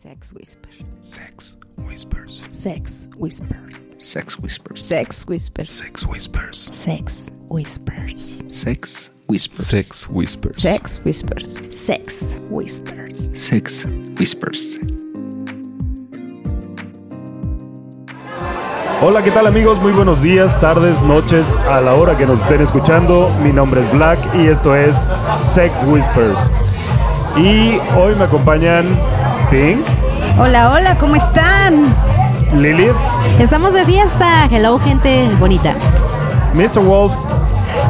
Sex Whispers. Sex Whispers. Sex Whispers. Sex Whispers. Sex Whispers. Sex Whispers. Sex Whispers. Sex Whispers. Sex Whispers. Sex Whispers. Sex Whispers. Sex Whispers. Hola, ¿qué tal amigos? Muy buenos días, tardes, noches, a la hora que nos estén escuchando. Mi nombre es Black y esto es Sex Whispers. Y hoy me acompañan Pink, Hola, hola, ¿cómo están? Lilith, Estamos de fiesta. Hello, gente bonita. Mr. Wolf.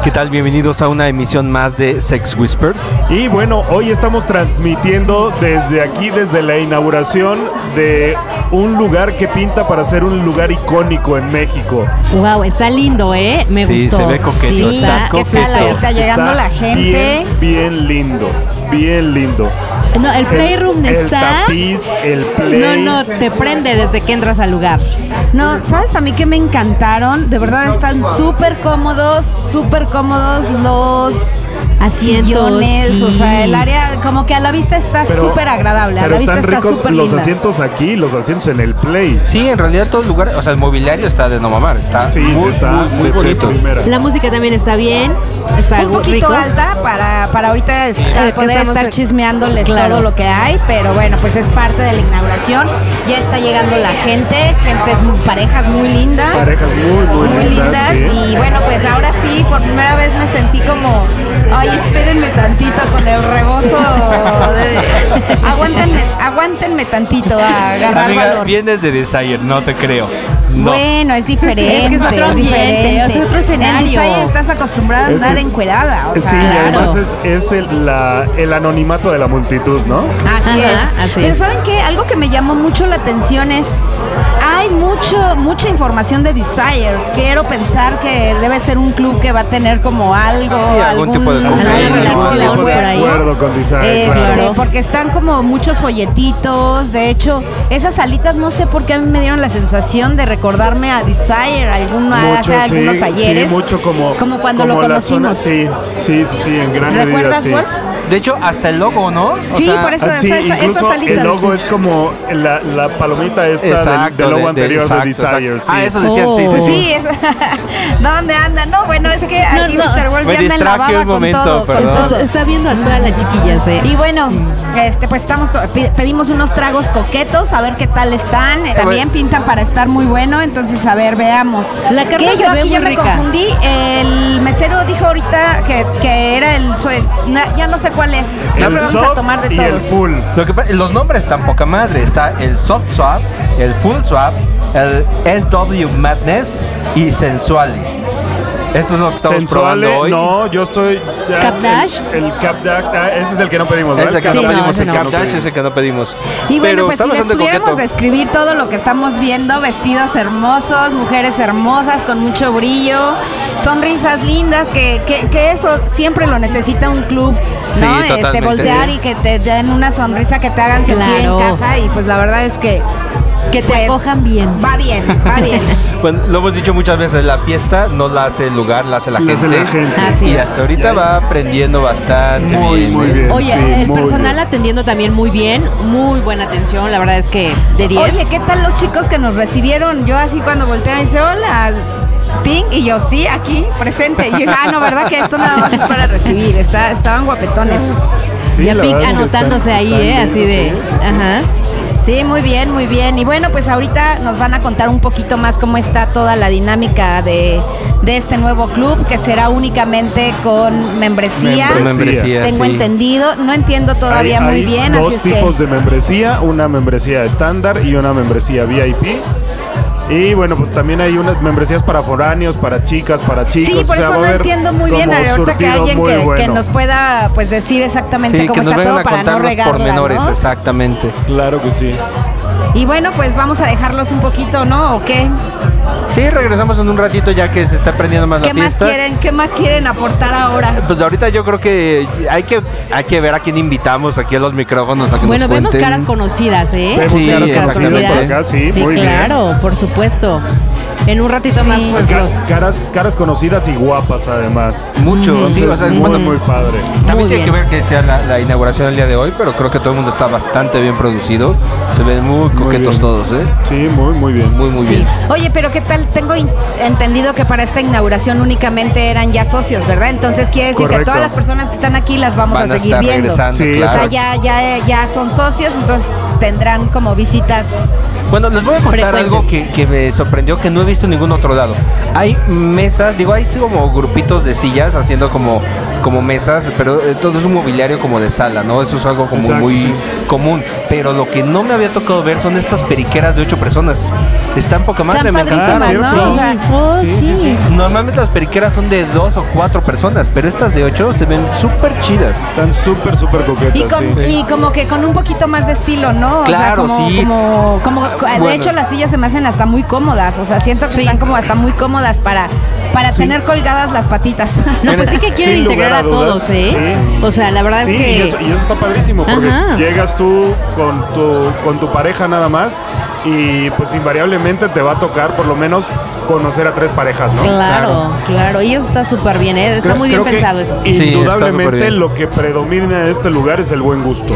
¿Qué tal? Bienvenidos a una emisión más de Sex Whispers. Y bueno, hoy estamos transmitiendo desde aquí, desde la inauguración de un lugar que pinta para ser un lugar icónico en México. Wow, está lindo, ¿eh? Me Sí, gustó. se ve coqueto, Sí, está ¿qué tal coqueto. ahorita llegando Está la gente? Bien, bien lindo, bien lindo. No, el playroom el, está. El tapiz, el play. No, no, te prende desde que entras al lugar. No, ¿sabes a mí que me encantaron? De verdad están súper cómodos, súper cómodos los Asientos, sillones, o sí. sea, el área como que a la vista está Pero- súper agradable, a Pero la vista están está ricos súper los linda. asientos aquí, los asientos en el play. Sí, en realidad todos lugares, o sea, el mobiliario está de no mamar, está Sí, sí muy, está muy, muy de- de bonito. primera. La música también está bien. Está Un poquito rico. alta para, para ahorita estar- que poder estamos estar aquí. chismeándoles Claro. todo lo que hay, pero bueno, pues es parte de la inauguración. Ya está llegando la gente, gentes, parejas muy lindas. Parejas muy, muy, muy lindas sí. y bueno pues ahora sí por primera vez me sentí como ay espérenme tantito con el rebozo de- aguántenme aguántenme tantito a agarrar Amiga, valor vienes de Desire, no te creo. No. bueno es diferente Es que es otro ambiente, diferente. es otro escenario. en Desire estás acostumbrada a Es que andar es- encuerada o sea Sí, y Claro. además es, es el, la- el anonimato de la multitud, ¿no? Así Ajá, es. así Pero es. ¿saben qué? Algo que me llamó mucho la atención es hay mucho mucha información de Desire. Quiero pensar que debe ser un club que va a tener como algo, Sí, algún tipo de convenio, alguna algún relación tipo de por ahí. acuerdo con eh, Desire, Este, claro. porque están como muchos folletitos, de hecho, esas alitas no sé por qué a mí me dieron la sensación de recordarme a Desire alguno- Mucho, hace algunos ayeres. sí, mucho como, como cuando lo la zona- conocimos. sí, sí, sí, sí, en gran medida, ¿Recuerdas, sí. Wolf? De hecho, hasta el logo, ¿no? O Sí, sea, por eso Ah, sí, esa- esa- incluso esas alitas. el logo es como la, la palomita esta del- Exacto, del, logo de- de- anterior exacto, de Desire. exacto. Ah, sí. eso decían, sí, sí, Pues sí. sí, es. ¿Dónde anda? No, bueno, es que aquí Oh. no. Mr. Wolf Me ya anda en la distraje baba un con momento, todo. con perdón. Está, está viendo a todas las chiquillas, ¿eh? y bueno, este, pues estamos to- pi- pedimos unos tragos coquetos, a ver qué tal están. Eh, También pintan para estar muy bueno, entonces a ver, veamos. La carta Que se yo ve aquí ya muy me rica. confundí. El mesero dijo ahorita que, que era el sol, na- ya no sé cuál es. Ya El vamos soft a tomar de y el todos. full. Lo que pasa- los nombres están poca madre. Está el Soft Swap, el Full Swap, el SW Madness y Sensual. Estos son los que estamos Sensuale, probando hoy. ¿eh? no, yo estoy... ya- Cap el- Dash. El, Cap Dash, ah, ese es el que no pedimos, ¿verdad? Ese que Sí, no no, pedimos, ese el no. Cap Dash, ese que no pedimos. Y bueno, Pero pues está si les bastante pudiéramos coqueto. describir todo lo que estamos viendo, vestidos hermosos, mujeres hermosas con mucho brillo, sonrisas lindas, que, que- que eso siempre lo necesita un club, Sí, ¿no? este, totalmente. voltear y que te den una sonrisa que te hagan sentir Claro. en casa y pues la verdad es que que te pues, acojan bien. va bien, va bien. Bueno, Pues, lo hemos dicho muchas veces, la fiesta no la hace el lugar, la hace la La hace gente. la gente. Ah, Así y es. hasta ahorita va aprendiendo bastante Muy, bien. muy ¿eh? bien. Oye, Sí, el muy personal bien. atendiendo también muy bien, muy buena atención, la verdad es que de 10. Oye, ¿qué tal los chicos que nos recibieron? Yo así cuando voltean dice, hola, Pink, y yo, sí, aquí, presente. Y yo, ah, no, ¿verdad que esto nada más es para recibir? Está, estaban guapetones. Sí, ya la Pink verdad es que anotándose están- ahí, están ¿eh? bien, Así de. sí, sí, sí. Ajá. Sí, muy bien, muy bien. Y bueno, pues ahorita nos van a contar un poquito más cómo está toda la dinámica de, de este nuevo club, que será únicamente con membresía. Con Membresía. membresía, Tengo sí. entendido, no entiendo todavía Hay- muy hay bien, Dos así es que tipos de membresía, una membresía estándar y una membresía VIP. Y bueno, pues también hay unas membresías para foráneos, para chicas, para chicos. Sí, o por sea, eso va a no haber entiendo muy bien como ahorita que surtido alguien muy que, que bueno. nos pueda pues decir exactamente Sí, cómo que nos está vengan todo a para contar no los regarla, pormenores, ¿no? exactamente. Claro que sí. Y bueno, pues vamos a dejarlos un poquito, ¿no? ¿O qué? Sí, regresamos en un ratito ya que se está prendiendo más ¿Qué la más fiesta. quieren? ¿Qué más quieren aportar ahora? Pues ahorita yo creo que hay que hay que ver a quién invitamos aquí a los micrófonos a que Bueno, nos vemos cuenten. caras conocidas, ¿eh? Vemos Sí, caras exactamente. conocidas. Acá, sí, muy bien. claro, por supuesto. En un ratito Sí. más, pues Ca- los. caras, caras conocidas y guapas además. Mucho, sí, Entonces, o sea, muy, bueno, muy padre. Muy También tiene que bien. ver que sea la, la inauguración el día de hoy, pero creo que todo el mundo está bastante bien producido. Se ven muy coquetos bien. todos, ¿eh? Sí, muy, muy bien. Muy, muy Sí. bien. Oye, pero ¿qué tal? Tengo in- entendido que para esta inauguración únicamente eran ya socios, ¿verdad? Entonces quiere decir que Correcto. todas las personas que están aquí las vamos Van a a seguir estar viendo. regresando, Sí, O sea, claro. ya, ya, ya son socios, entonces tendrán como visitas. Bueno, les voy a contar Frecuentes. algo que, que me sorprendió que no he visto en ningún otro lado. Hay mesas, digo, hay sí como grupitos de sillas haciendo como, como mesas, pero eh, todo es un mobiliario como de sala, ¿no? Eso es algo como Exacto, muy sí. común. Pero lo que no me había tocado ver son estas periqueras de ocho personas. Están poca madre, Están me encantaron. padrísimas, encanta, ¿cierto? ¿no? O sea, Oh, Sí, sí, sí. Normalmente las periqueras son de dos o cuatro personas, pero estas de ocho se ven súper chidas. Están súper, súper coquetas. y, con- sí. y como que con un poquito más de estilo, ¿no? O sea, Claro, como, sí. Ah, como, como- Bueno. de hecho las sillas se me hacen hasta muy cómodas. O sea, siento que están como hasta muy cómodas para, para tener colgadas las patitas. No, pues sí que quieren Sin integrar lugar a, a dudas, todos, ¿eh? sí. O sea, la verdad Sí, es que. y eso, y eso está padrísimo porque Ajá. llegas tú con tu, con tu pareja nada más y pues invariablemente te va a tocar por lo menos conocer a tres parejas, ¿no? Claro, claro. Y eso está súper bien, ¿eh? Está Creo- muy bien creo que pensado eso. Sí, está súper Indudablemente bien. lo que predomina en este lugar es el buen gusto.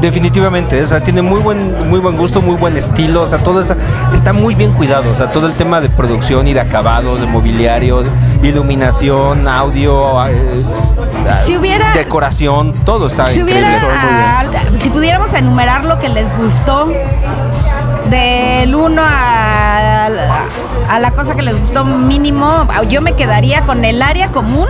Definitivamente, o sea, tiene muy buen, muy buen gusto, muy buen estilo, o sea, todo está, está muy bien cuidado, o sea, todo el tema de producción y de acabado, de mobiliario, de iluminación, audio, eh, Si eh, hubiera- decoración, todo está Si Ah, increíble. hubiera, Todo muy bien. al- si pudiéramos enumerar lo que les gustó del 1 a, a la cosa que les gustó mínimo, yo me quedaría con el área común.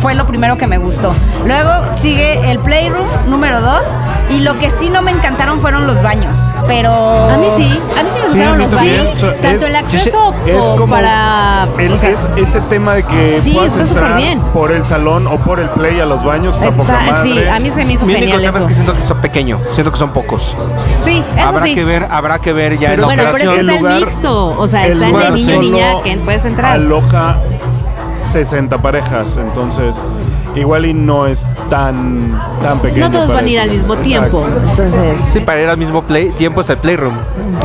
Fue lo primero que me gustó. Luego sigue el playroom número 2 y lo que sí no me encantaron fueron los baños, pero A mí sí, a mí sí me gustaron a mí los también. baños, O sea, tanto es- el acceso es o como para... el- o sea, es- ese tema de que Sí, puedas está súper entrar bien. por el salón o por el play a los baños está, poca está- madre. sí, a mí se me hizo Mi único genial tema es eso. que siento que son pequeños, siento que son pocos. Sí, eso habrá sí. que ver, habrá que ver ya en la Bueno, pero es que operación. está el mixto, o sea, está el de lugar niño y solo niña que puedes entrar. Aloja 60 parejas, entonces igual y no es tan tan pequeño. No todos para van a ir este al mismo lugar. tiempo, Exacto. entonces... Sí, para ir al mismo play, tiempo está el playroom.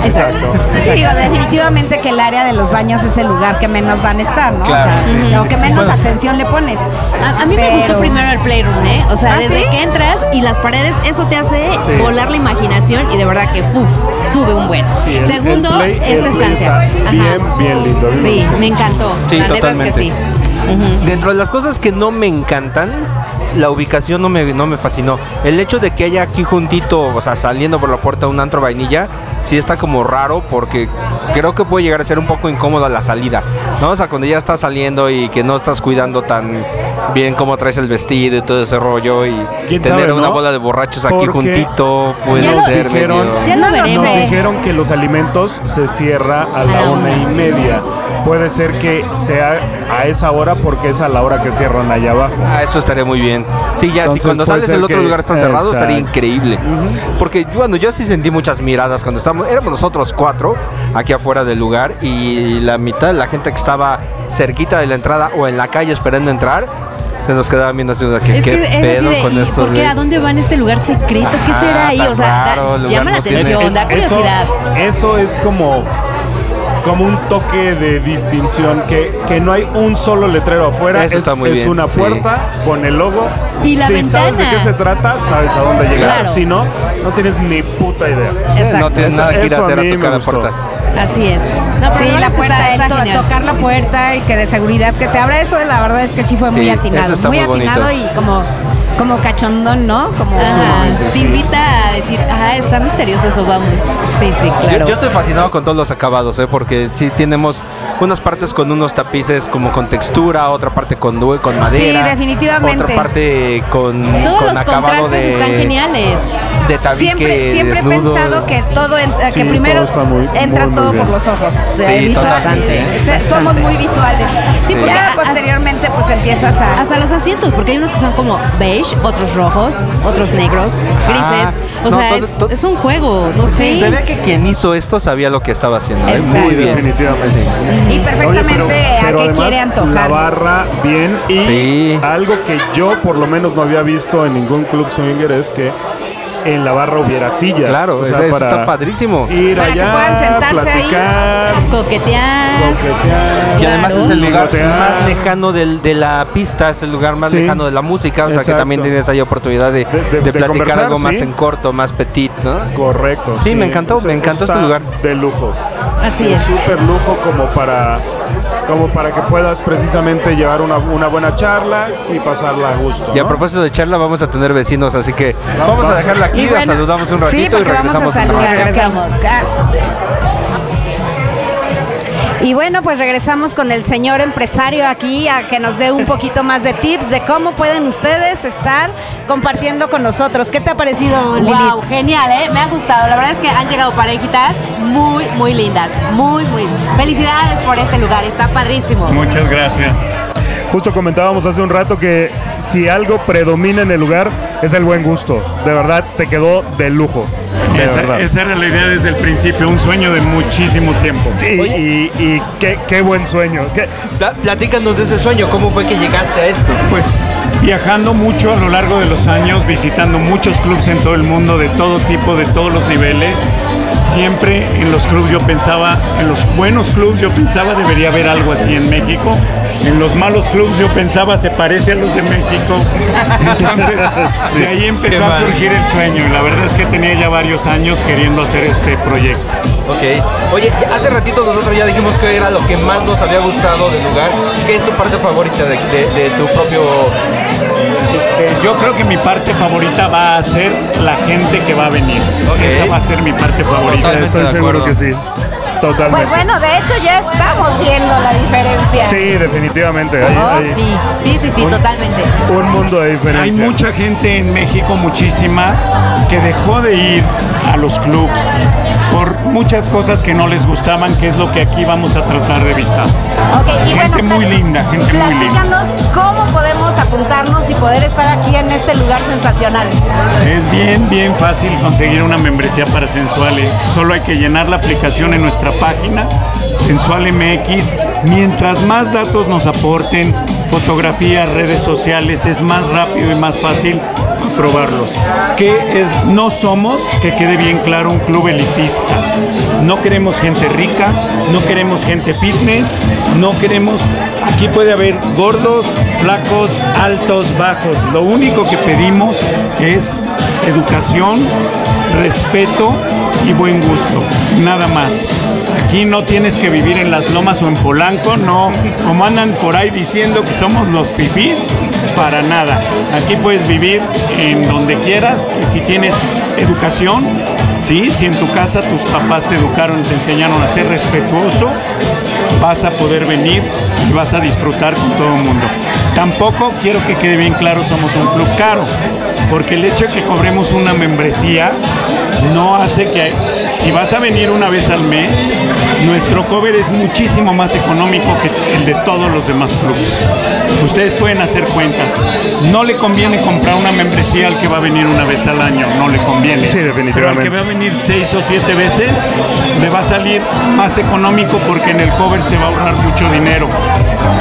Exacto. Sí, digo, definitivamente que el área de los baños es el lugar que menos van a estar, ¿no? Claro, o sea, sí, sí, lo sí. que menos Bueno. atención le pones. A, a mí me gustó Pero- primero el playroom, ¿eh? O sea, ¿Ah, desde sí? que entras y las paredes, eso te hace Sí. volar la imaginación y de verdad que, ¡fuf! sube un buen. Sí, el- Segundo, el play- el esta play estancia. está Bien, bien lindo. a mí me Sí, gustó. me encantó. Sí, la neta es totalmente. que sí. Ujú. Dentro de las cosas que no me encantan, la ubicación no me, no me fascinó. El hecho de que haya aquí juntito, o sea, saliendo por la puerta un antro vainilla, sí está como raro porque creo que puede llegar a ser un poco incómoda la salida. ¿no? O sea, cuando ya estás saliendo y que no estás cuidando tan bien cómo traes el vestido y todo ese rollo y ¿Quién tener sabe, una no? bola de borrachos aquí Porque juntito puede Ya lo- ser dijeron- medio- Ya lo No, no veremos. sé. Nos dijeron que los alimentos se cierra a la la una una. y media. Puede ser que sea a esa hora porque es a la hora que cierran allá abajo. Ah, eso estaría muy bien. Sí, ya, si Entonces, cuando puede sales ser del otro que- lugar está cerrado, estaría Exacto. increíble. Porque, bueno, yo sí sentí muchas miradas cuando estábamos, éramos nosotros cuatro aquí afuera del lugar y la mitad de la gente que estaba cerquita de la entrada o en la calle esperando entrar, se nos quedaba viendo así, o sea, que Es qué que es así pedo de, con ¿y estos por qué? güeyes? ¿A dónde va en este lugar secreto? ¿Qué Ajá, será ahí? tan O sea, da- raro, el lugar llama la no tiene- atención, Es- da es- curiosidad. Eso, eso es como, como un toque de distinción, que, que no hay un solo letrero afuera, Eso es, está muy es bien, una sí. puerta con el logo. Y la si sabes de ventana. qué se trata, sabes a dónde llegar. Claro. Si no, no tienes ni puta idea. No Exacto. tienes Eso- nada que ir a eso a hacer a mí me tocar la gustó. puerta. Así es. No, pero Sí, verdad la es que puerta, está- el está to- genial. tocar la puerta, el que de seguridad que te abra, eso la verdad es que sí fue Sí, muy eso atinado, está muy, muy bonito. atinado y como, como cachondón, ¿no? Como Ajá, te sí. invita a decir, ah, está misterioso eso, vamos. Sí, sí, Yo, claro. yo estoy fascinado con todos los acabados, ¿eh? porque sí tenemos unas partes con unos tapices como con textura, otra parte con due- con madera. definitivamente. Otra parte con, Todos con los acabado contrastes de, están geniales. de tabique siempre siempre he desnudo. pensado que todo entra, que Sí, primero todo está muy- entra muy, muy todo bien. por los ojos. O sea, Sí, visual- totalmente, eh, ¿eh? se- Somos Bastante. muy visuales. Sí, porque ya a- posteriormente pues empiezas a Hasta los asientos, porque hay unos que son como beige, otros rojos, otros negros, grises. O Ah, No, sea, to- es, to- es un juego, no sé. Se ve que quien hizo esto sabía lo que estaba haciendo. ¿eh? Exacto. Muy Muy bien. definitivamente. Y perfectamente Oye, pero- pero a qué además, quiere La antojar. barra bien y Sí. algo que yo por lo menos no había visto en ningún club swinger es que en la barra hubiera sillas. Claro, o sea, es- es- para está padrísimo. Ir Para que allá, puedan sentarse ahí. platicar, Coquetear. coquetear. Y además es el lugar Ligotear. más lejano del- de la pista, es el lugar más ah. Sí. lejano de la música, o sea que Exacto. también tienes ahí oportunidad de, De- de- de de platicar conversar, algo más sí. en corto, más petit, ¿no? Correcto. Sí, me encantó, entonces, me encantó está este lugar. De lujo. Así de es. súper lujo como para como para que puedas precisamente llevar una, una buena charla y pasarla a gusto. Y a ¿no? propósito de charla vamos a tener vecinos, así que vamos a vamos. dejarla aquí, Y la bueno, saludamos un ratito sí, y porque regresamos vamos a un saludar. rato. regresamos. ok. Ya. Y bueno, pues regresamos con el señor empresario aquí a que nos dé un poquito más de tips de cómo pueden ustedes estar compartiendo con nosotros. ¿Qué te ha parecido, Lili? Wow, genial, ¿eh? Me ha gustado. La verdad es que han llegado parejitas muy, muy lindas. Muy, muy. Felicidades por este lugar. Está padrísimo. Muchas gracias. Justo comentábamos hace un rato que si algo predomina en el lugar es el buen gusto. De verdad, te quedó de lujo. De Esa, verdad. esa era la idea desde el principio, un sueño de muchísimo tiempo. Y, y- y qué, qué buen sueño. Qué- Pla- Platícanos de ese sueño, ¿cómo fue que llegaste a esto? Pues viajando mucho a lo largo de los años, visitando muchos clubs en todo el mundo, de todo tipo, de todos los niveles. Siempre en los clubs yo pensaba, en los buenos clubs yo pensaba debería haber algo así en México. En los malos clubs yo pensaba se parece a los de México. Entonces de ahí empezó a mal. surgir el sueño y la verdad es que tenía ya varios años queriendo hacer este proyecto. Ok. Oye, hace ratito nosotros ya dijimos que era lo que más nos había gustado del lugar. ¿Qué es tu parte favorita de, de- de tu propio...? Este, yo creo que mi parte favorita va a ser la gente que va a venir. Ok. Esa va a ser mi parte favorita. Totalmente Estoy de seguro acuerdo. que sí. Totalmente. Pues bueno, de hecho ya estamos viendo la diferencia. Sí, definitivamente. Hay, Oh, hay sí. Sí, sí, sí, Un- totalmente. un mundo de diferencia. Hay mucha gente en México, muchísima, que dejó de ir a los clubs por muchas cosas que no les gustaban, que es lo que aquí vamos a tratar de evitar. Ok, y Gente bueno, muy pl- linda, gente muy linda. Platícanos cómo podemos apuntarnos y poder estar aquí en este lugar sensacional. Es bien, bien fácil conseguir una membresía para Sensuale. Solo hay que llenar la aplicación en nuestra página, Sensual MX. Mientras más datos nos aporten, fotografías, redes sociales, es más rápido y más fácil aprobarlos. ¿Qué es? No somos, que quede bien claro, un club elitista. No queremos gente rica, no queremos gente fitness, no queremos... Aquí puede haber gordos, flacos, altos, bajos. Lo único que pedimos es educación, respeto y buen gusto. Nada más. Aquí no tienes que vivir en las lomas o en Polanco, no. Como andan por ahí diciendo que somos los pipís, para nada. Aquí puedes vivir en donde quieras, y si tienes educación, ¿sí? si en tu casa tus papás te educaron, te enseñaron a ser respetuoso, vas a poder venir y vas a disfrutar con todo el mundo. Tampoco quiero que quede bien claro, somos un club caro, porque el hecho de que cobremos una membresía no hace que, si vas a venir una vez al mes, nuestro cover es muchísimo más económico que el de todos los demás clubes. Ustedes pueden hacer cuentas. No le conviene comprar una membresía al que va a venir una vez al año, no le conviene. Sí, definitivamente. Pero al que va a venir seis o siete veces, le va a salir más económico porque en el cover se va a ahorrar mucho dinero.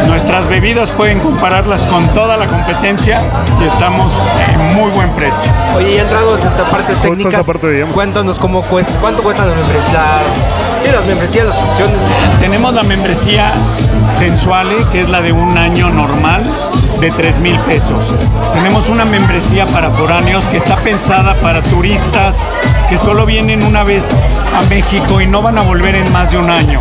Nuestras bebidas pueden compararlas con toda la competencia y estamos en muy buen precio. Oye, ya entrados en partes Justo técnicas, esa parte veíamos. cuéntanos cómo cuesta, cuánto cuestan las membresías, las, sí, las membresías, las opciones. Tenemos la membresía sensuale, que es la de un año normal, de 3 mil pesos. Tenemos una membresía para foráneos que está pensada para turistas que solo vienen una vez a México y no van a volver en más de un año.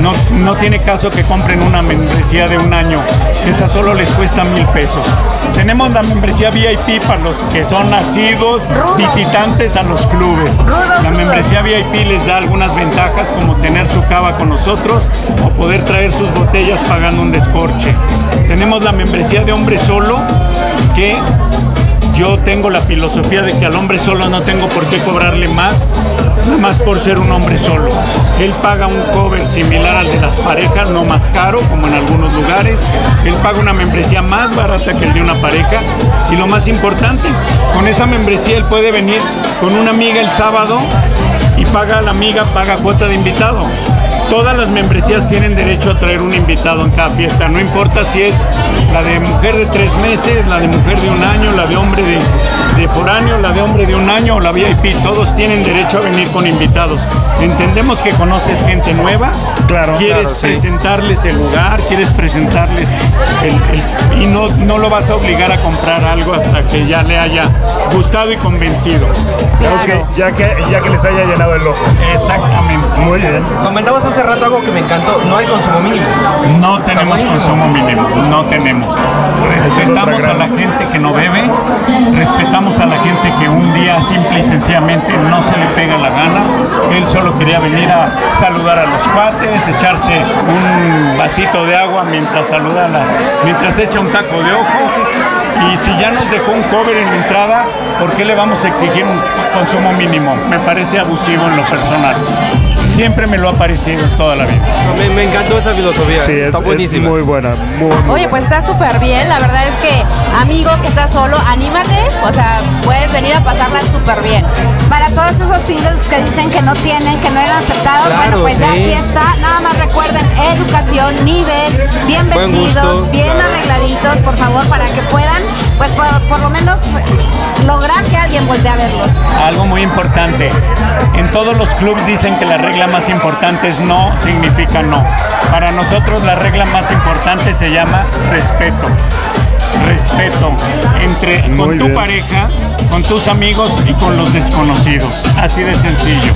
No, no tiene caso que compren una membresía de un año. Esa solo les cuesta mil pesos. Tenemos la membresía VIP para los que son nacidos visitantes a los clubes. La membresía VIP les da algunas ventajas como tener su cava con nosotros o poder traer sus botellas pagando un descorche. Tenemos la membresía de hombre solo que yo tengo la filosofía de que al hombre solo no tengo por qué cobrarle más nada más por ser un hombre solo. Él paga un cover similar al de las parejas, no más caro, como en algunos lugares. Él paga una membresía más barata que el de una pareja. Y lo más importante, con esa membresía él puede venir con una amiga el sábado y paga la amiga, paga cuota de invitado. Todas las membresías tienen derecho a traer un invitado en cada fiesta, no importa si es la de mujer de tres meses, la de mujer de un año, la de hombre de, de foráneo, la de hombre de un año o la VIP, todos tienen derecho a venir con invitados. Entendemos que conoces gente nueva, Claro, quieres claro, sí. presentarles el lugar, quieres presentarles el, el- y no, no lo vas a obligar a comprar algo hasta que ya le haya gustado y convencido. Digamos que ya, que ya que les haya llenado el ojo. Exactamente. Muy bien. Comentabas hace rato algo que me encantó, no hay consumo mínimo. No tenemos buenísimo. consumo mínimo, no tenemos. Respetamos otra a la gran- gente que no bebe, respetamos a la gente que un día simple y sencillamente no se le pega la gana. Él solo quería venir a saludar a los cuates, echarse un vasito de agua mientras saluda a las, mientras echa un taco de ojo. Y si ya nos dejó un cover en la entrada, ¿por qué le vamos a exigir un consumo mínimo? Me parece abusivo en lo personal. Siempre me lo ha parecido toda la vida. Me, me encantó esa filosofía, Sí, es, está es buenísima. muy buena. Muy, muy Oye, pues está súper bien. La verdad es que, amigo que estás solo, anímate. O sea, puedes venir a pasarla súper bien. Para todos esos singles que dicen que no tienen, que no eran aceptados, Claro, bueno, pues ya sí. aquí está. Nada más recuerden, educación, nivel, bien Buen vestidos, gusto, bien claro. arregladitos, por favor, para que puedan, pues por, por lo menos lograr que alguien voltee a verlos. Algo muy importante. En todos los clubes dicen que la regla más importante es no significa no. Para nosotros la regla más importante se llama respeto. Respeto entre con Muy tu bien. pareja, con tus amigos y con los desconocidos. Así de sencillo.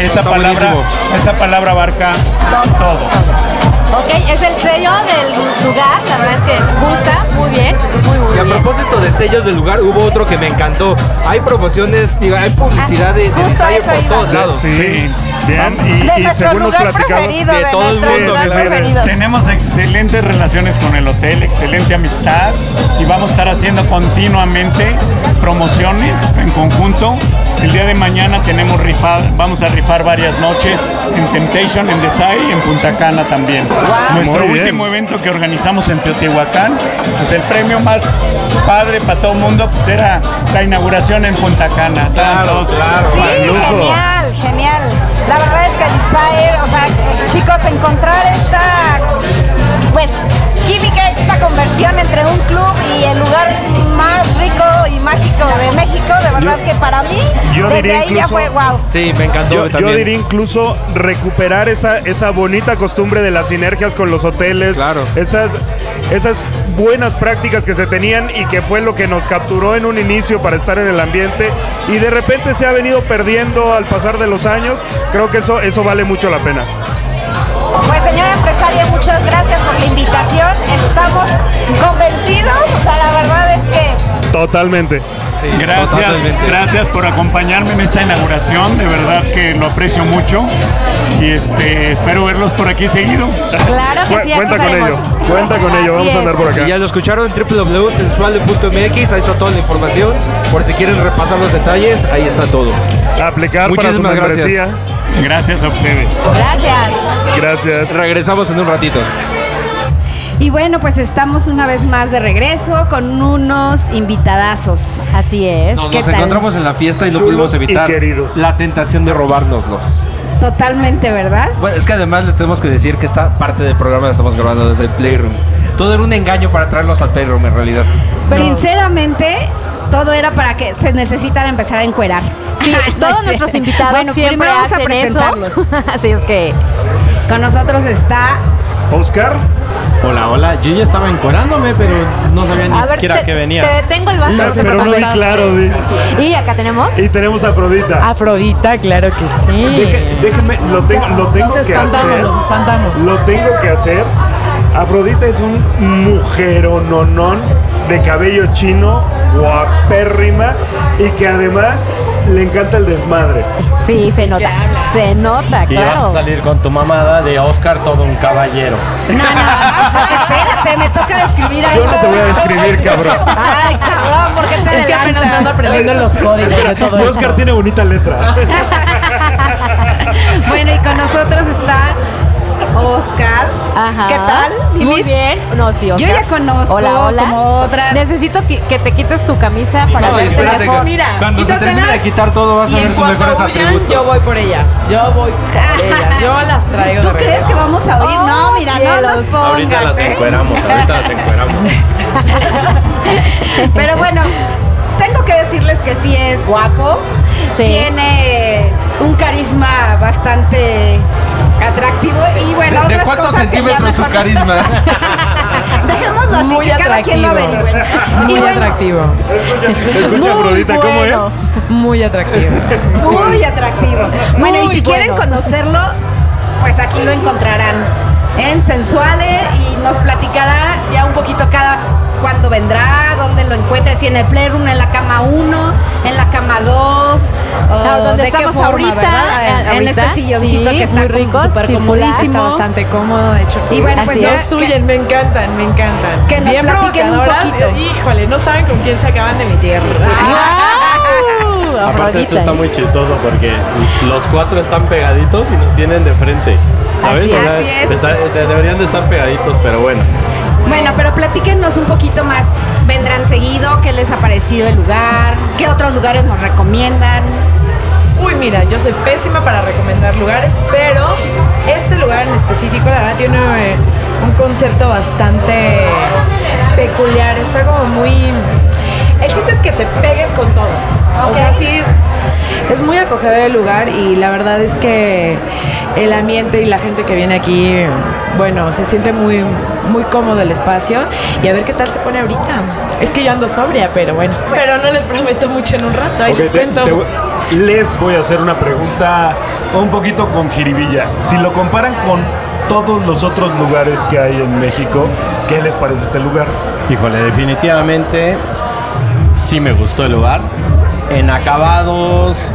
Esa palabra, buenísimo. esa palabra abarca todo. Ok, es el sello del lugar. La verdad es que gusta muy bien. Muy, muy Y a bien. propósito de sellos del lugar, hubo otro que me encantó. Hay promociones, digo, hay publicidad de, de Ah, justo ensayo eso por iba. todos lados. Sí. Sí. Bien. Y, De y nuestro según nos lugar platicaba. preferido, de de, todo el nuestro mundo, lugar claro. preferido. Tenemos excelentes relaciones con el hotel, excelente amistad y vamos a estar haciendo continuamente promociones en conjunto. El día de mañana tenemos rifar, vamos a rifar varias noches en Temptation, en Desai y en Punta Cana también. Nuestro Muy bien. último evento que organizamos en Teotihuacán, pues el premio más padre para todo el mundo pues era la inauguración en Punta Cana. Estaban todos Sí, Lujo. genial, genial. La verdad es que el Zaire, o sea, chicos, encontrar esta, pues, química, esta conversión entre un club y el lugar más rico y mágico de México, de verdad que para mí, yo desde diría ahí ya incluso- fue wow. Sí, me encantó Yo, yo también. diría incluso recuperar esa, esa bonita costumbre de las sinergias con los hoteles, Claro. esas, esas buenas prácticas que se tenían y que fue lo que nos capturó en un inicio para estar en el ambiente y de repente se ha venido perdiendo al pasar de los años, creo que eso, eso vale mucho la pena. Pues, señor empresario, muchas gracias por la invitación. Estamos convencidos, o sea, la verdad es que Totalmente. Sí, Gracias, totalmente. gracias por acompañarme en esta inauguración. De verdad que lo aprecio mucho y este espero verlos por aquí seguido. Claro que Cu- sí, ya cuenta con ello, cruzaremos. cuenta con ello, Así vamos a andar es. por Y acá. ya lo escucharon en www.sensual.mx, ahí está toda la información. Por si quieren repasar los detalles, ahí está todo. Aplicar Muchísimas para su membresía. gracias. Gracias a ustedes. Gracias. Gracias. Regresamos en un ratito. y bueno, pues estamos una vez más de regreso con unos invitadazos. Así es. Nos, ¿Qué nos tal? encontramos en la fiesta y no Chulos pudimos y evitar queridos. la tentación de robárnoslos. Totalmente, ¿verdad? Bueno, es que además les tenemos que decir que esta parte del programa la estamos grabando desde el Playroom. Todo era un engaño para traerlos al Playroom en realidad. Sinceramente, todo era para que se necesitan empezar a encuerar. Sí, todos nuestros invitados Bueno, siempre primero vamos a hacen eso. presentarlos. Así es que Con nosotros está. Oscar, Hola, hola. Yo ya estaba encuerándome, pero no sabía ni a ver, siquiera te, que venía. te detengo el vaso. No, te pero no vi preocupes. claro. di. Y acá tenemos. Y tenemos a Afrodita. Afrodita, claro que sí. Deje- déjame, lo, tengo- lo tengo Nos que espantamos, hacer. nos espantamos. Lo tengo que hacer. Afrodita es un mujerononón de cabello chino, guapérrima y que además le encanta el desmadre. Sí, se nota. Se nota, Y vas a claro. salir con tu mamada de Oscar todo un caballero. No, no, espérate, me toca describir algo. Yo no te voy a describir, cabrón. Ay, cabrón, ¿por qué te Es que apenas adelantas? ando aprendiendo los códigos de todo Oscar esto. tiene bonita letra. Ajá. ¿Qué tal, Lili? Muy bien. No, sí, Yo Oscar. ya conozco Hola, hola. como otras. Necesito que, que te quites tu camisa para No, verte espérate, mejor. que- cuando se termine de quitar todo vas a ver sus mejores atributos. yo voy por ellas. Yo voy por ellas. Yo las traigo. ¿Tú crees que vamos a oír? Oh, no, mira, no nos cielos. pongas. ¿eh? ahorita las encueramos. Pero bueno, tengo que decirles que sí es guapo. Sí. Tiene un carisma bastante atractivo y bueno, ¿De otras cuántos cosas que ya centímetros su mejor- carisma? Dejémoslo así Muy que cada quien lo atractivo. averigüe. Muy y bueno, atractivo. Escucha, Afrodita, ¿cómo es? bueno, Muy atractivo. Muy atractivo. Bueno, y Muy si quieren bueno. conocerlo, pues aquí lo encontrarán en Sensuale y nos platicará ya un poquito cada cuándo vendrá, dónde lo encuentres, si en el Playroom, en la cama 1, en la cama 2, o Ah, donde de qué estamos forma, ahorita, ¿verdad? En- En, ahorita, este silloncito sí, que está muy como rico, súper Ah, circular, está comodísimo. bastante cómodo, de hecho. Y bueno, pues Así ya es. suyen, me encantan, me encantan. que nos platiquen un provocadoras. poquito. Híjole, no saben con quién se acaban de meter. ¡Au! Aparte esto Afrodita. está muy chistoso porque los cuatro están pegaditos y nos tienen de frente. ¿Sabes? Así es. O sea, Así es. está- de- deberían de estar pegaditos, pero bueno. Bueno, pero platíquenos un poquito más. ¿Vendrán seguido? ¿Qué les ha parecido el lugar? ¿Qué otros lugares nos recomiendan? Uy, mira, yo soy pésima para recomendar lugares, pero este lugar en específico, la verdad, tiene eh, un concepto bastante peculiar. Está como muy. El chiste es que te pegues con todos. O sea, sí es, es muy acogedor el lugar y la verdad es que el ambiente y la gente que viene aquí, bueno, se siente muy, muy cómodo el espacio. Y a ver qué tal se pone ahorita. Es que yo ando sobria, pero bueno. Pero no les prometo mucho en un rato, ahí Ok, les te- cuento. te voy- les voy a hacer una pregunta un poquito con jiribilla. Si lo comparan con todos los otros lugares que hay en México, ¿qué les parece este lugar? Híjole, definitivamente sí me gustó el lugar. En acabados,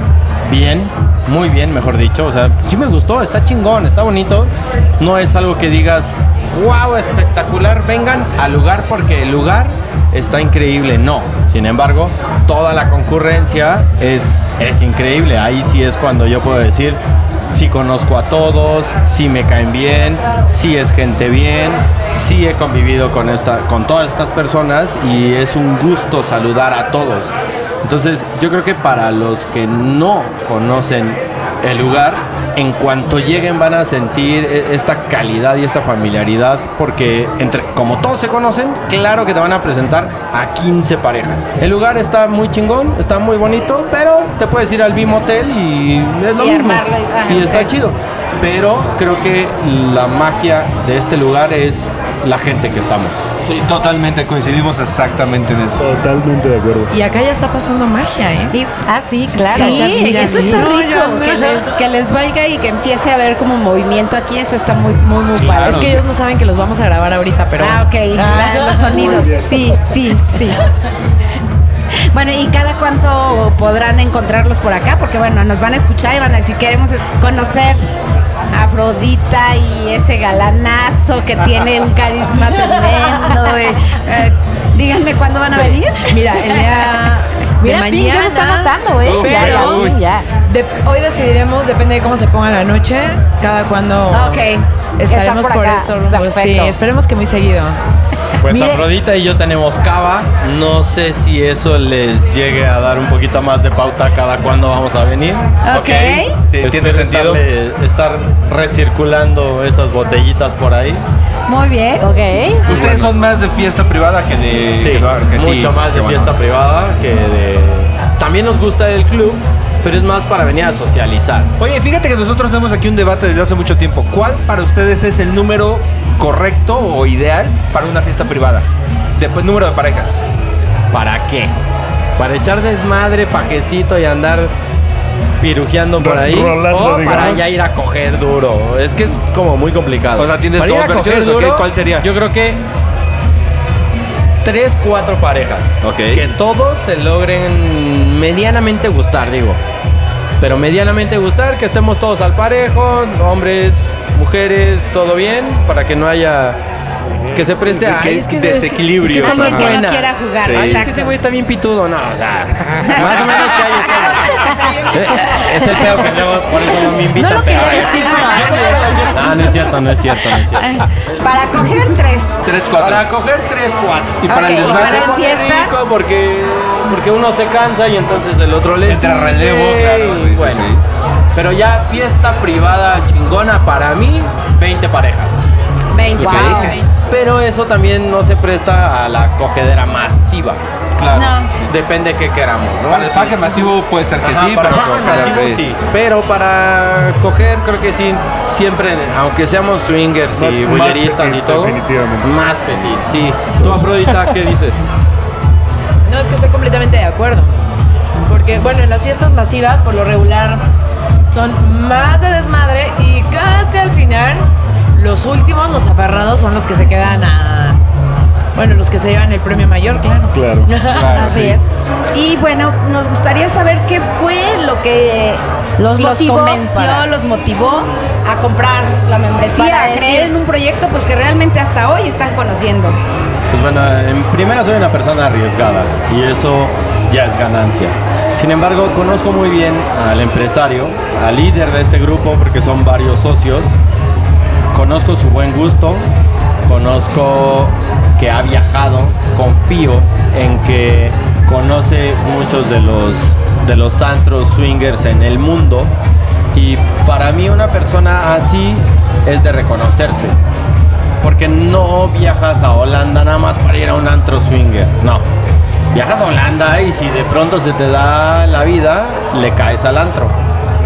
bien, muy bien, mejor dicho. O sea, sí me gustó, está chingón, está bonito. No es algo que digas, wow, espectacular, vengan al lugar porque el lugar está increíble. No, sin embargo, toda la concurrencia es, es increíble. Ahí sí es cuando yo puedo decir, si conozco a todos, si me caen bien, si es gente bien, si he convivido con, esta, con todas estas personas y es un gusto saludar a todos. Entonces, yo creo que para los que no conocen el lugar, en cuanto lleguen van a sentir e- esta calidad y esta familiaridad porque entre como todos se conocen, claro que te van a presentar a 15 parejas. El lugar está muy chingón, está muy bonito, pero te puedes ir al BIM Hotel y es lo Y mismo. armarlo y- ah, ajá, y está sí. chido. Pero creo que la magia de este lugar es la gente que estamos. Sí, totalmente, coincidimos exactamente en eso. Totalmente de acuerdo. Y acá ya está pasando magia, ¿eh? Y- ah, sí, claro. Sí, sí, eso sí. está No, rico. yo que, no. les, que les valga y que empiece a haber como movimiento aquí, eso está muy, muy, muy Es padre. que ellos no saben que los vamos a grabar ahorita, pero. Ah, ok. Ah. la- los sonidos. Sí, sí, sí. Bueno, ¿y cada cuánto podrán encontrarlos por acá? Porque bueno, nos van a escuchar y van a decir, queremos es- conocer a Afrodita y ese galanazo que tiene un carisma tremendo. eh. Eh, díganme cuándo van a venir. Mira, el día. de Mira, Pink ya se está mañana, notando, güey. Pero. Ya, ya, ya. de- hoy decidiremos, depende de cómo se ponga la noche, cada cuando Ah, Ok. estaremos Estar por por, acá. estos rumbos. Sí, Perfecto. esperemos que muy seguido. Pues Mire- Afrodita y yo tenemos cava. No sé si eso les llegue a dar un poquito más de pauta cada cuándo vamos a venir. Ok. Sí, Espero tiene sentido. estarle- estar recirculando esas botellitas por ahí. Muy bien. Ok. Ustedes son más de fiesta privada que de Sí, que bar, que sí, mucho más de que fiesta bueno. privada que de... También nos gusta el club, pero es más para venir a socializar. Oye, fíjate que nosotros tenemos aquí un debate desde hace mucho tiempo. ¿Cuál para ustedes es el número correcto o ideal para una fiesta privada? Después número de parejas. ¿Para qué? Para echar desmadre, pajecito y andar pirujeando por Ro- ahí. rolando, o para digamos. ya ir a coger duro. Es que es como muy complicado. O sea, ¿tienes para ir dos a coger versiones o qué? duro, ¿Cuál sería? Yo creo que tres, cuatro parejas. Ok. Que todos se logren medianamente gustar, digo. Pero medianamente gustar, que estemos todos al parejo, hombres, mujeres, todo bien, para que no haya... Que se preste a... Que "Ay, es que- desequilibrio. es que- Alguien que no Buena. quiera jugar. Sí. Ay, es que exacto. ese güey está bien pitudo, no, o sea, más o menos que hay. Eh, Es el pedo que tengo, por eso no me invitan. No lo pero quería ahora ya- decir, Yo pero- no, yo No, no es cierto, no es cierto, no es cierto. Para coger tres. 3, 4. Para coger 3, 4. Y para Ok, el desmadre. para en fiesta. porque, porque uno se cansa y entonces el otro le Entra sigue, relevo, claro, y sí, sí, bueno. sí. Pero ya fiesta privada chingona para mí, 20 parejas. 20. Ok. Pero eso también no se presta a la cogedera masiva. Claro. No. Depende que queramos, ¿no? Para el faje masivo puede ser que Ajá, sí, para pero bajar coger, masivo, sí. Pero para coger, creo que sí, siempre, aunque seamos swingers y Más- más bulleristas y petit, todo, definitivamente. más petit, sí. ¿Tú, Afrodita, qué dices? No, es que estoy completamente de acuerdo. Porque, bueno, en las fiestas masivas, por lo regular, son más de desmadre y casi al final, los últimos, los aferrados, son los que se quedan a. Bueno, los que se llevan el premio mayor, claro. Claro. Así es. Y bueno, nos gustaría saber qué fue lo que Los los, motivó convenció, para- los motivó a comprar la membresía, Para a decir- creer en un proyecto pues que realmente hasta hoy están conociendo. Pues bueno, en primera soy una persona arriesgada y eso ya es ganancia. Sin embargo, conozco muy bien al empresario, al líder de este grupo, porque son varios socios. Conozco su buen gusto, conozco que ha viajado, confío en que conoce muchos de los, de los antros swingers en el mundo. Y para mí una persona así es de reconocerse porque no viajas a Holanda nada más para ir a un antro swinger, no. Viajas a Holanda y si de pronto se te da la vida, le caes al antro.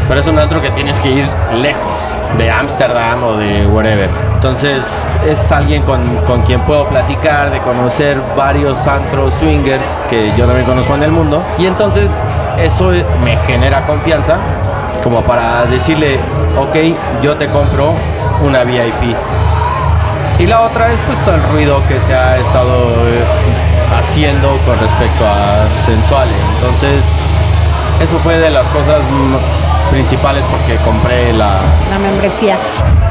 Pero es un antro que tienes que ir lejos, de Ámsterdam o de wherever. Entonces es alguien con, con quien puedo platicar, de conocer varios antros swingers que yo también conozco en el mundo. Y entonces eso me genera confianza como para decirle, ok, yo te compro una VIP. Y la otra es pues todo el ruido que se ha estado eh, haciendo con respecto a Sensuale. Entonces, eso fue de las cosas mm, principales porque compré la... La membresía.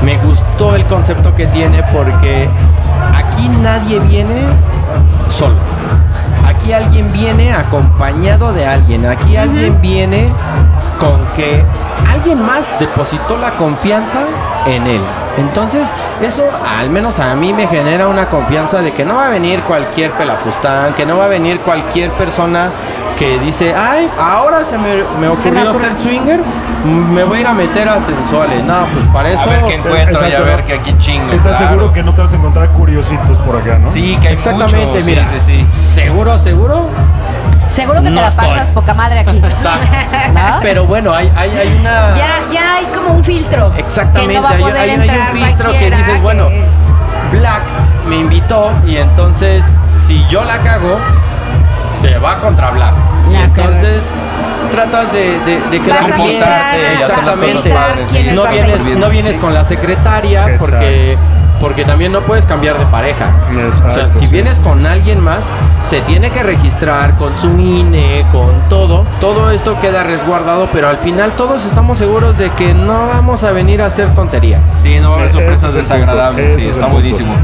Me gustó el concepto que tiene porque aquí nadie viene solo. Aquí alguien viene acompañado de alguien. Aquí alguien viene con que alguien más depositó la confianza en él. Entonces, eso al menos a mí me genera una confianza de que no va a venir cualquier pelafustán, que no va a venir cualquier persona que dice, ay, ahora se me, me ocurrió ser swinger, me voy a ir a meter a sensuales. No, pues para eso... A ver qué encuentro y a Exacto. ver qué aquí chingo. Estás claro. seguro que no te vas a encontrar curiositos por acá, ¿no? Sí, que hay Exactamente, muchos, mira. Sí, sí, sí. Seguro, seguro. Seguro que No te la estoy. pasas poca madre aquí. ¿No? Pero bueno, hay, hay, hay una... Ya, ya hay como un filtro. Exactamente, que no va a hay- poder hay, hay entrar un filtro que cualquiera, ¿eh? dices, bueno, que- Black me invitó y entonces si yo la cago, se va contra Black. Y Ya, entonces tratas de, de, de quedar Vas a bien. filtrar, Comportarte y hacer las cosas Exactamente. padres. sí. ¿Quiénes No vas a vienes, invitar? no vienes con la secretaria Exacto. porque, porque también no puedes cambiar de pareja. Exacto, o sea, si sí. vienes con alguien más, se tiene que registrar con su INE, con todo. Todo esto queda resguardado, pero al final todos estamos seguros de que no vamos a venir a hacer tonterías. Sí, no va a haber Ese sorpresas es el punto, desagradables. ese Sí, es está el punto. buenísimo.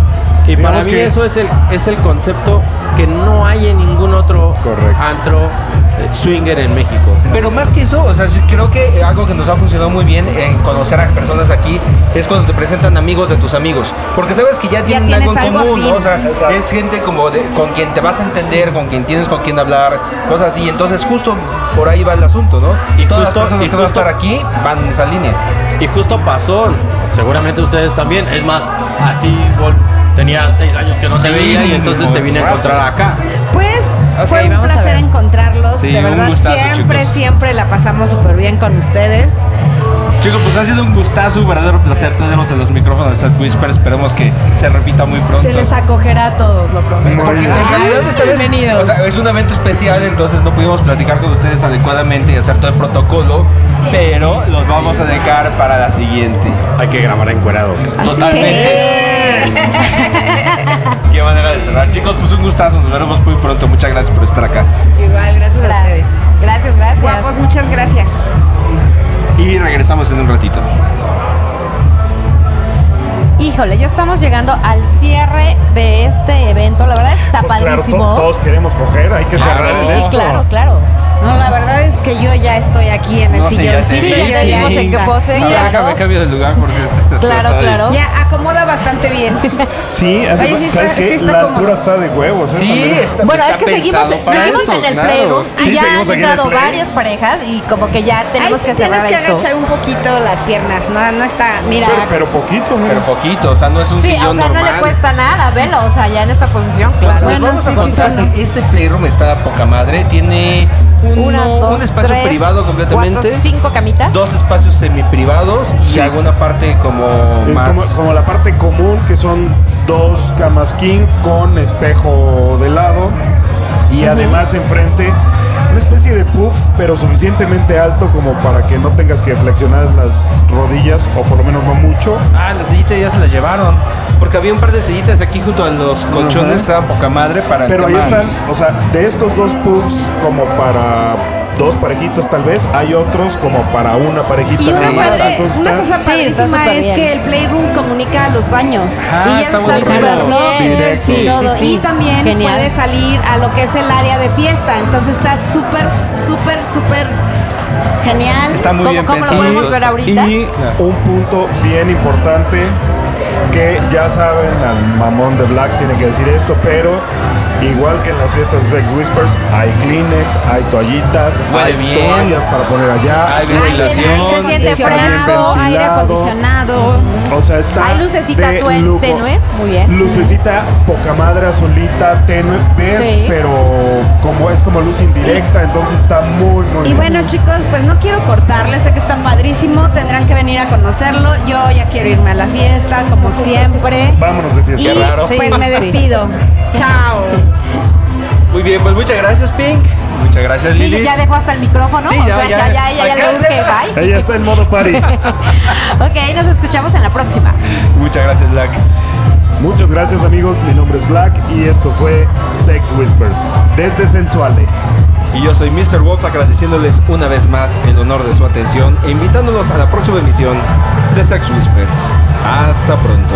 Y para Digamos mí que- eso es el, es el concepto que no hay en ningún otro Correcto. antro eh, swinger en México. Pero más que eso, o sea, sí, creo que algo que nos ha funcionado muy bien en conocer a personas aquí es cuando te presentan amigos de tus amigos. Porque sabes que ya tienen tienes algo en algo común, afín. ¿no? o sea, es gente como de- con quien te vas a entender, con quien tienes con quien hablar, cosas así. Entonces, justo por ahí va el asunto, ¿no? Y Todas justo- las personas y que van a justo- estar aquí van en esa línea. Y justo pasó, seguramente ustedes también. Es más, a ti, Wolf, tenía seis años que no te Sí, veía y entonces te vine a rato. encontrar acá. Pues Ok, fue un vamos a placer ver. encontrarlos. Sí, de un verdad, gustazo, siempre, chicos. siempre la pasamos súper bien con ustedes. Chicos, pues ha sido un gustazo, un verdadero placer tenemos en los micrófonos de Sad Whisper. Esperemos que se repita muy pronto. Se les acogerá a todos, lo prometo. Porque en realidad esta vez, Bienvenidos. o sea, es un evento especial, entonces no pudimos platicar con ustedes adecuadamente y hacer todo el protocolo, pero los vamos a dejar para la siguiente. Hay que grabar encuerados. Totalmente. Qué manera de cerrar. Chicos, pues un gustazo, nos veremos muy pronto. Muchas gracias por estar acá. Igual, gracias a ustedes. Gracias, gracias. Guapos, muchas gracias. Y regresamos en un ratito. Híjole, ya estamos llegando al cierre de este evento. La verdad es que está Pues claro, padrísimo. to- todos queremos coger, hay que Ah, cerrar ¿eh? sí, en sí, sí, esto. claro, claro. No, la verdad es que yo ya estoy aquí en el No, sí, sillón. ya te- Sí, Sí, yo ya te ya vimos en está. qué este pose. No, Mira, déjame cambio de lugar porque es- Claro, claro. Ya acomoda bastante bien. Sí, además, sí está- ¿sabes qué? sí está la cómodo. altura está de huevos. ¿eh? Sí, También. está, Bueno, está es que seguimos, pensado para seguimos eso, en el claro. playroom. Sí, Allá seguimos aquí en han el entrado playroom. varias parejas y como que ya tenemos Ahí sí que cerrar tienes que esto. agachar un poquito las piernas. No, no está. Mira, Pero, pero poquito, mira. Pero poquito, o sea, no es un Sí, sillón o sea, normal. no le cuesta nada, velo, o sea, ya en esta posición, claro. Pues Bueno, vamos a sí, contar, quizás no. Este playroom está a poca madre. Tiene uno- Una, dos, un espacio tres, privado completamente. Cuatro, cinco camitas. dos espacios semiprivados y Sí. alguna parte como Es más. como, como la parte común que son dos camas king con espejo de lado y además enfrente una especie de puff pero suficientemente alto como para que no tengas que flexionar las rodillas o por lo menos no mucho. Ah, las sillitas ya se las llevaron. Porque había un par de sillitas aquí junto a los colchones Ajá. que estaban poca madre para el Pero ahí tema. están, o sea, de estos dos puffs como para dos parejitas tal vez, hay otros como para una parejita. y una, nada más, padre- entonces una está- cosa Sí, está padrísima súper es bien. que el playroom comunica a los baños. Ah, y ya está están buenísimo. arriba, ¿no? Directo. Sí, y sí, todo. sí. Y también Genial. puedes salir a lo que es el área de fiesta. Entonces está súper, súper, súper genial. Está muy ¿Cómo- bien cómo lo pensado. ah, podemos ver ahorita? Y un punto bien importante que ya saben, al mamón de Black tiene que decir esto, pero igual que en las fiestas de Sex Whispers, hay Kleenex, hay toallitas, Huele hay bien. toallas para poner allá. Hay Ay, ventilación. ay, se siente Está bien fresco, aire ventilado. acondicionado. O sea, está Hay lucecita de tuen- lujo. tenue, muy bien. Lucecita poca madre, azulita, tenue, ves, Sí. pero como es como luz indirecta, entonces está muy, muy Y bien. bueno chicos, pues no quiero cortarles, sé que está padrísimo, tendrán que venir a conocerlo. Yo ya quiero irme a la fiesta, como siempre. Vámonos de Y fiesta. pues Sí, me sí. despido. Chao. Muy bien, pues muchas gracias, Pink. Muchas gracias, Sí, Lilith. ya dejó hasta el micrófono. Sí, o ya, sea, ya, ya. ya, ya, ya le Alcáncenla. urge, bye. Ella está en modo party. Ok, nos escuchamos en la próxima. Muchas gracias, Black. Muchas gracias amigos, mi nombre es Black y esto fue Sex Whispers desde Sensuale. Y yo soy Mr. Wolf agradeciéndoles una vez más el honor de su atención e invitándolos a la próxima emisión de Sex Whispers. Hasta pronto.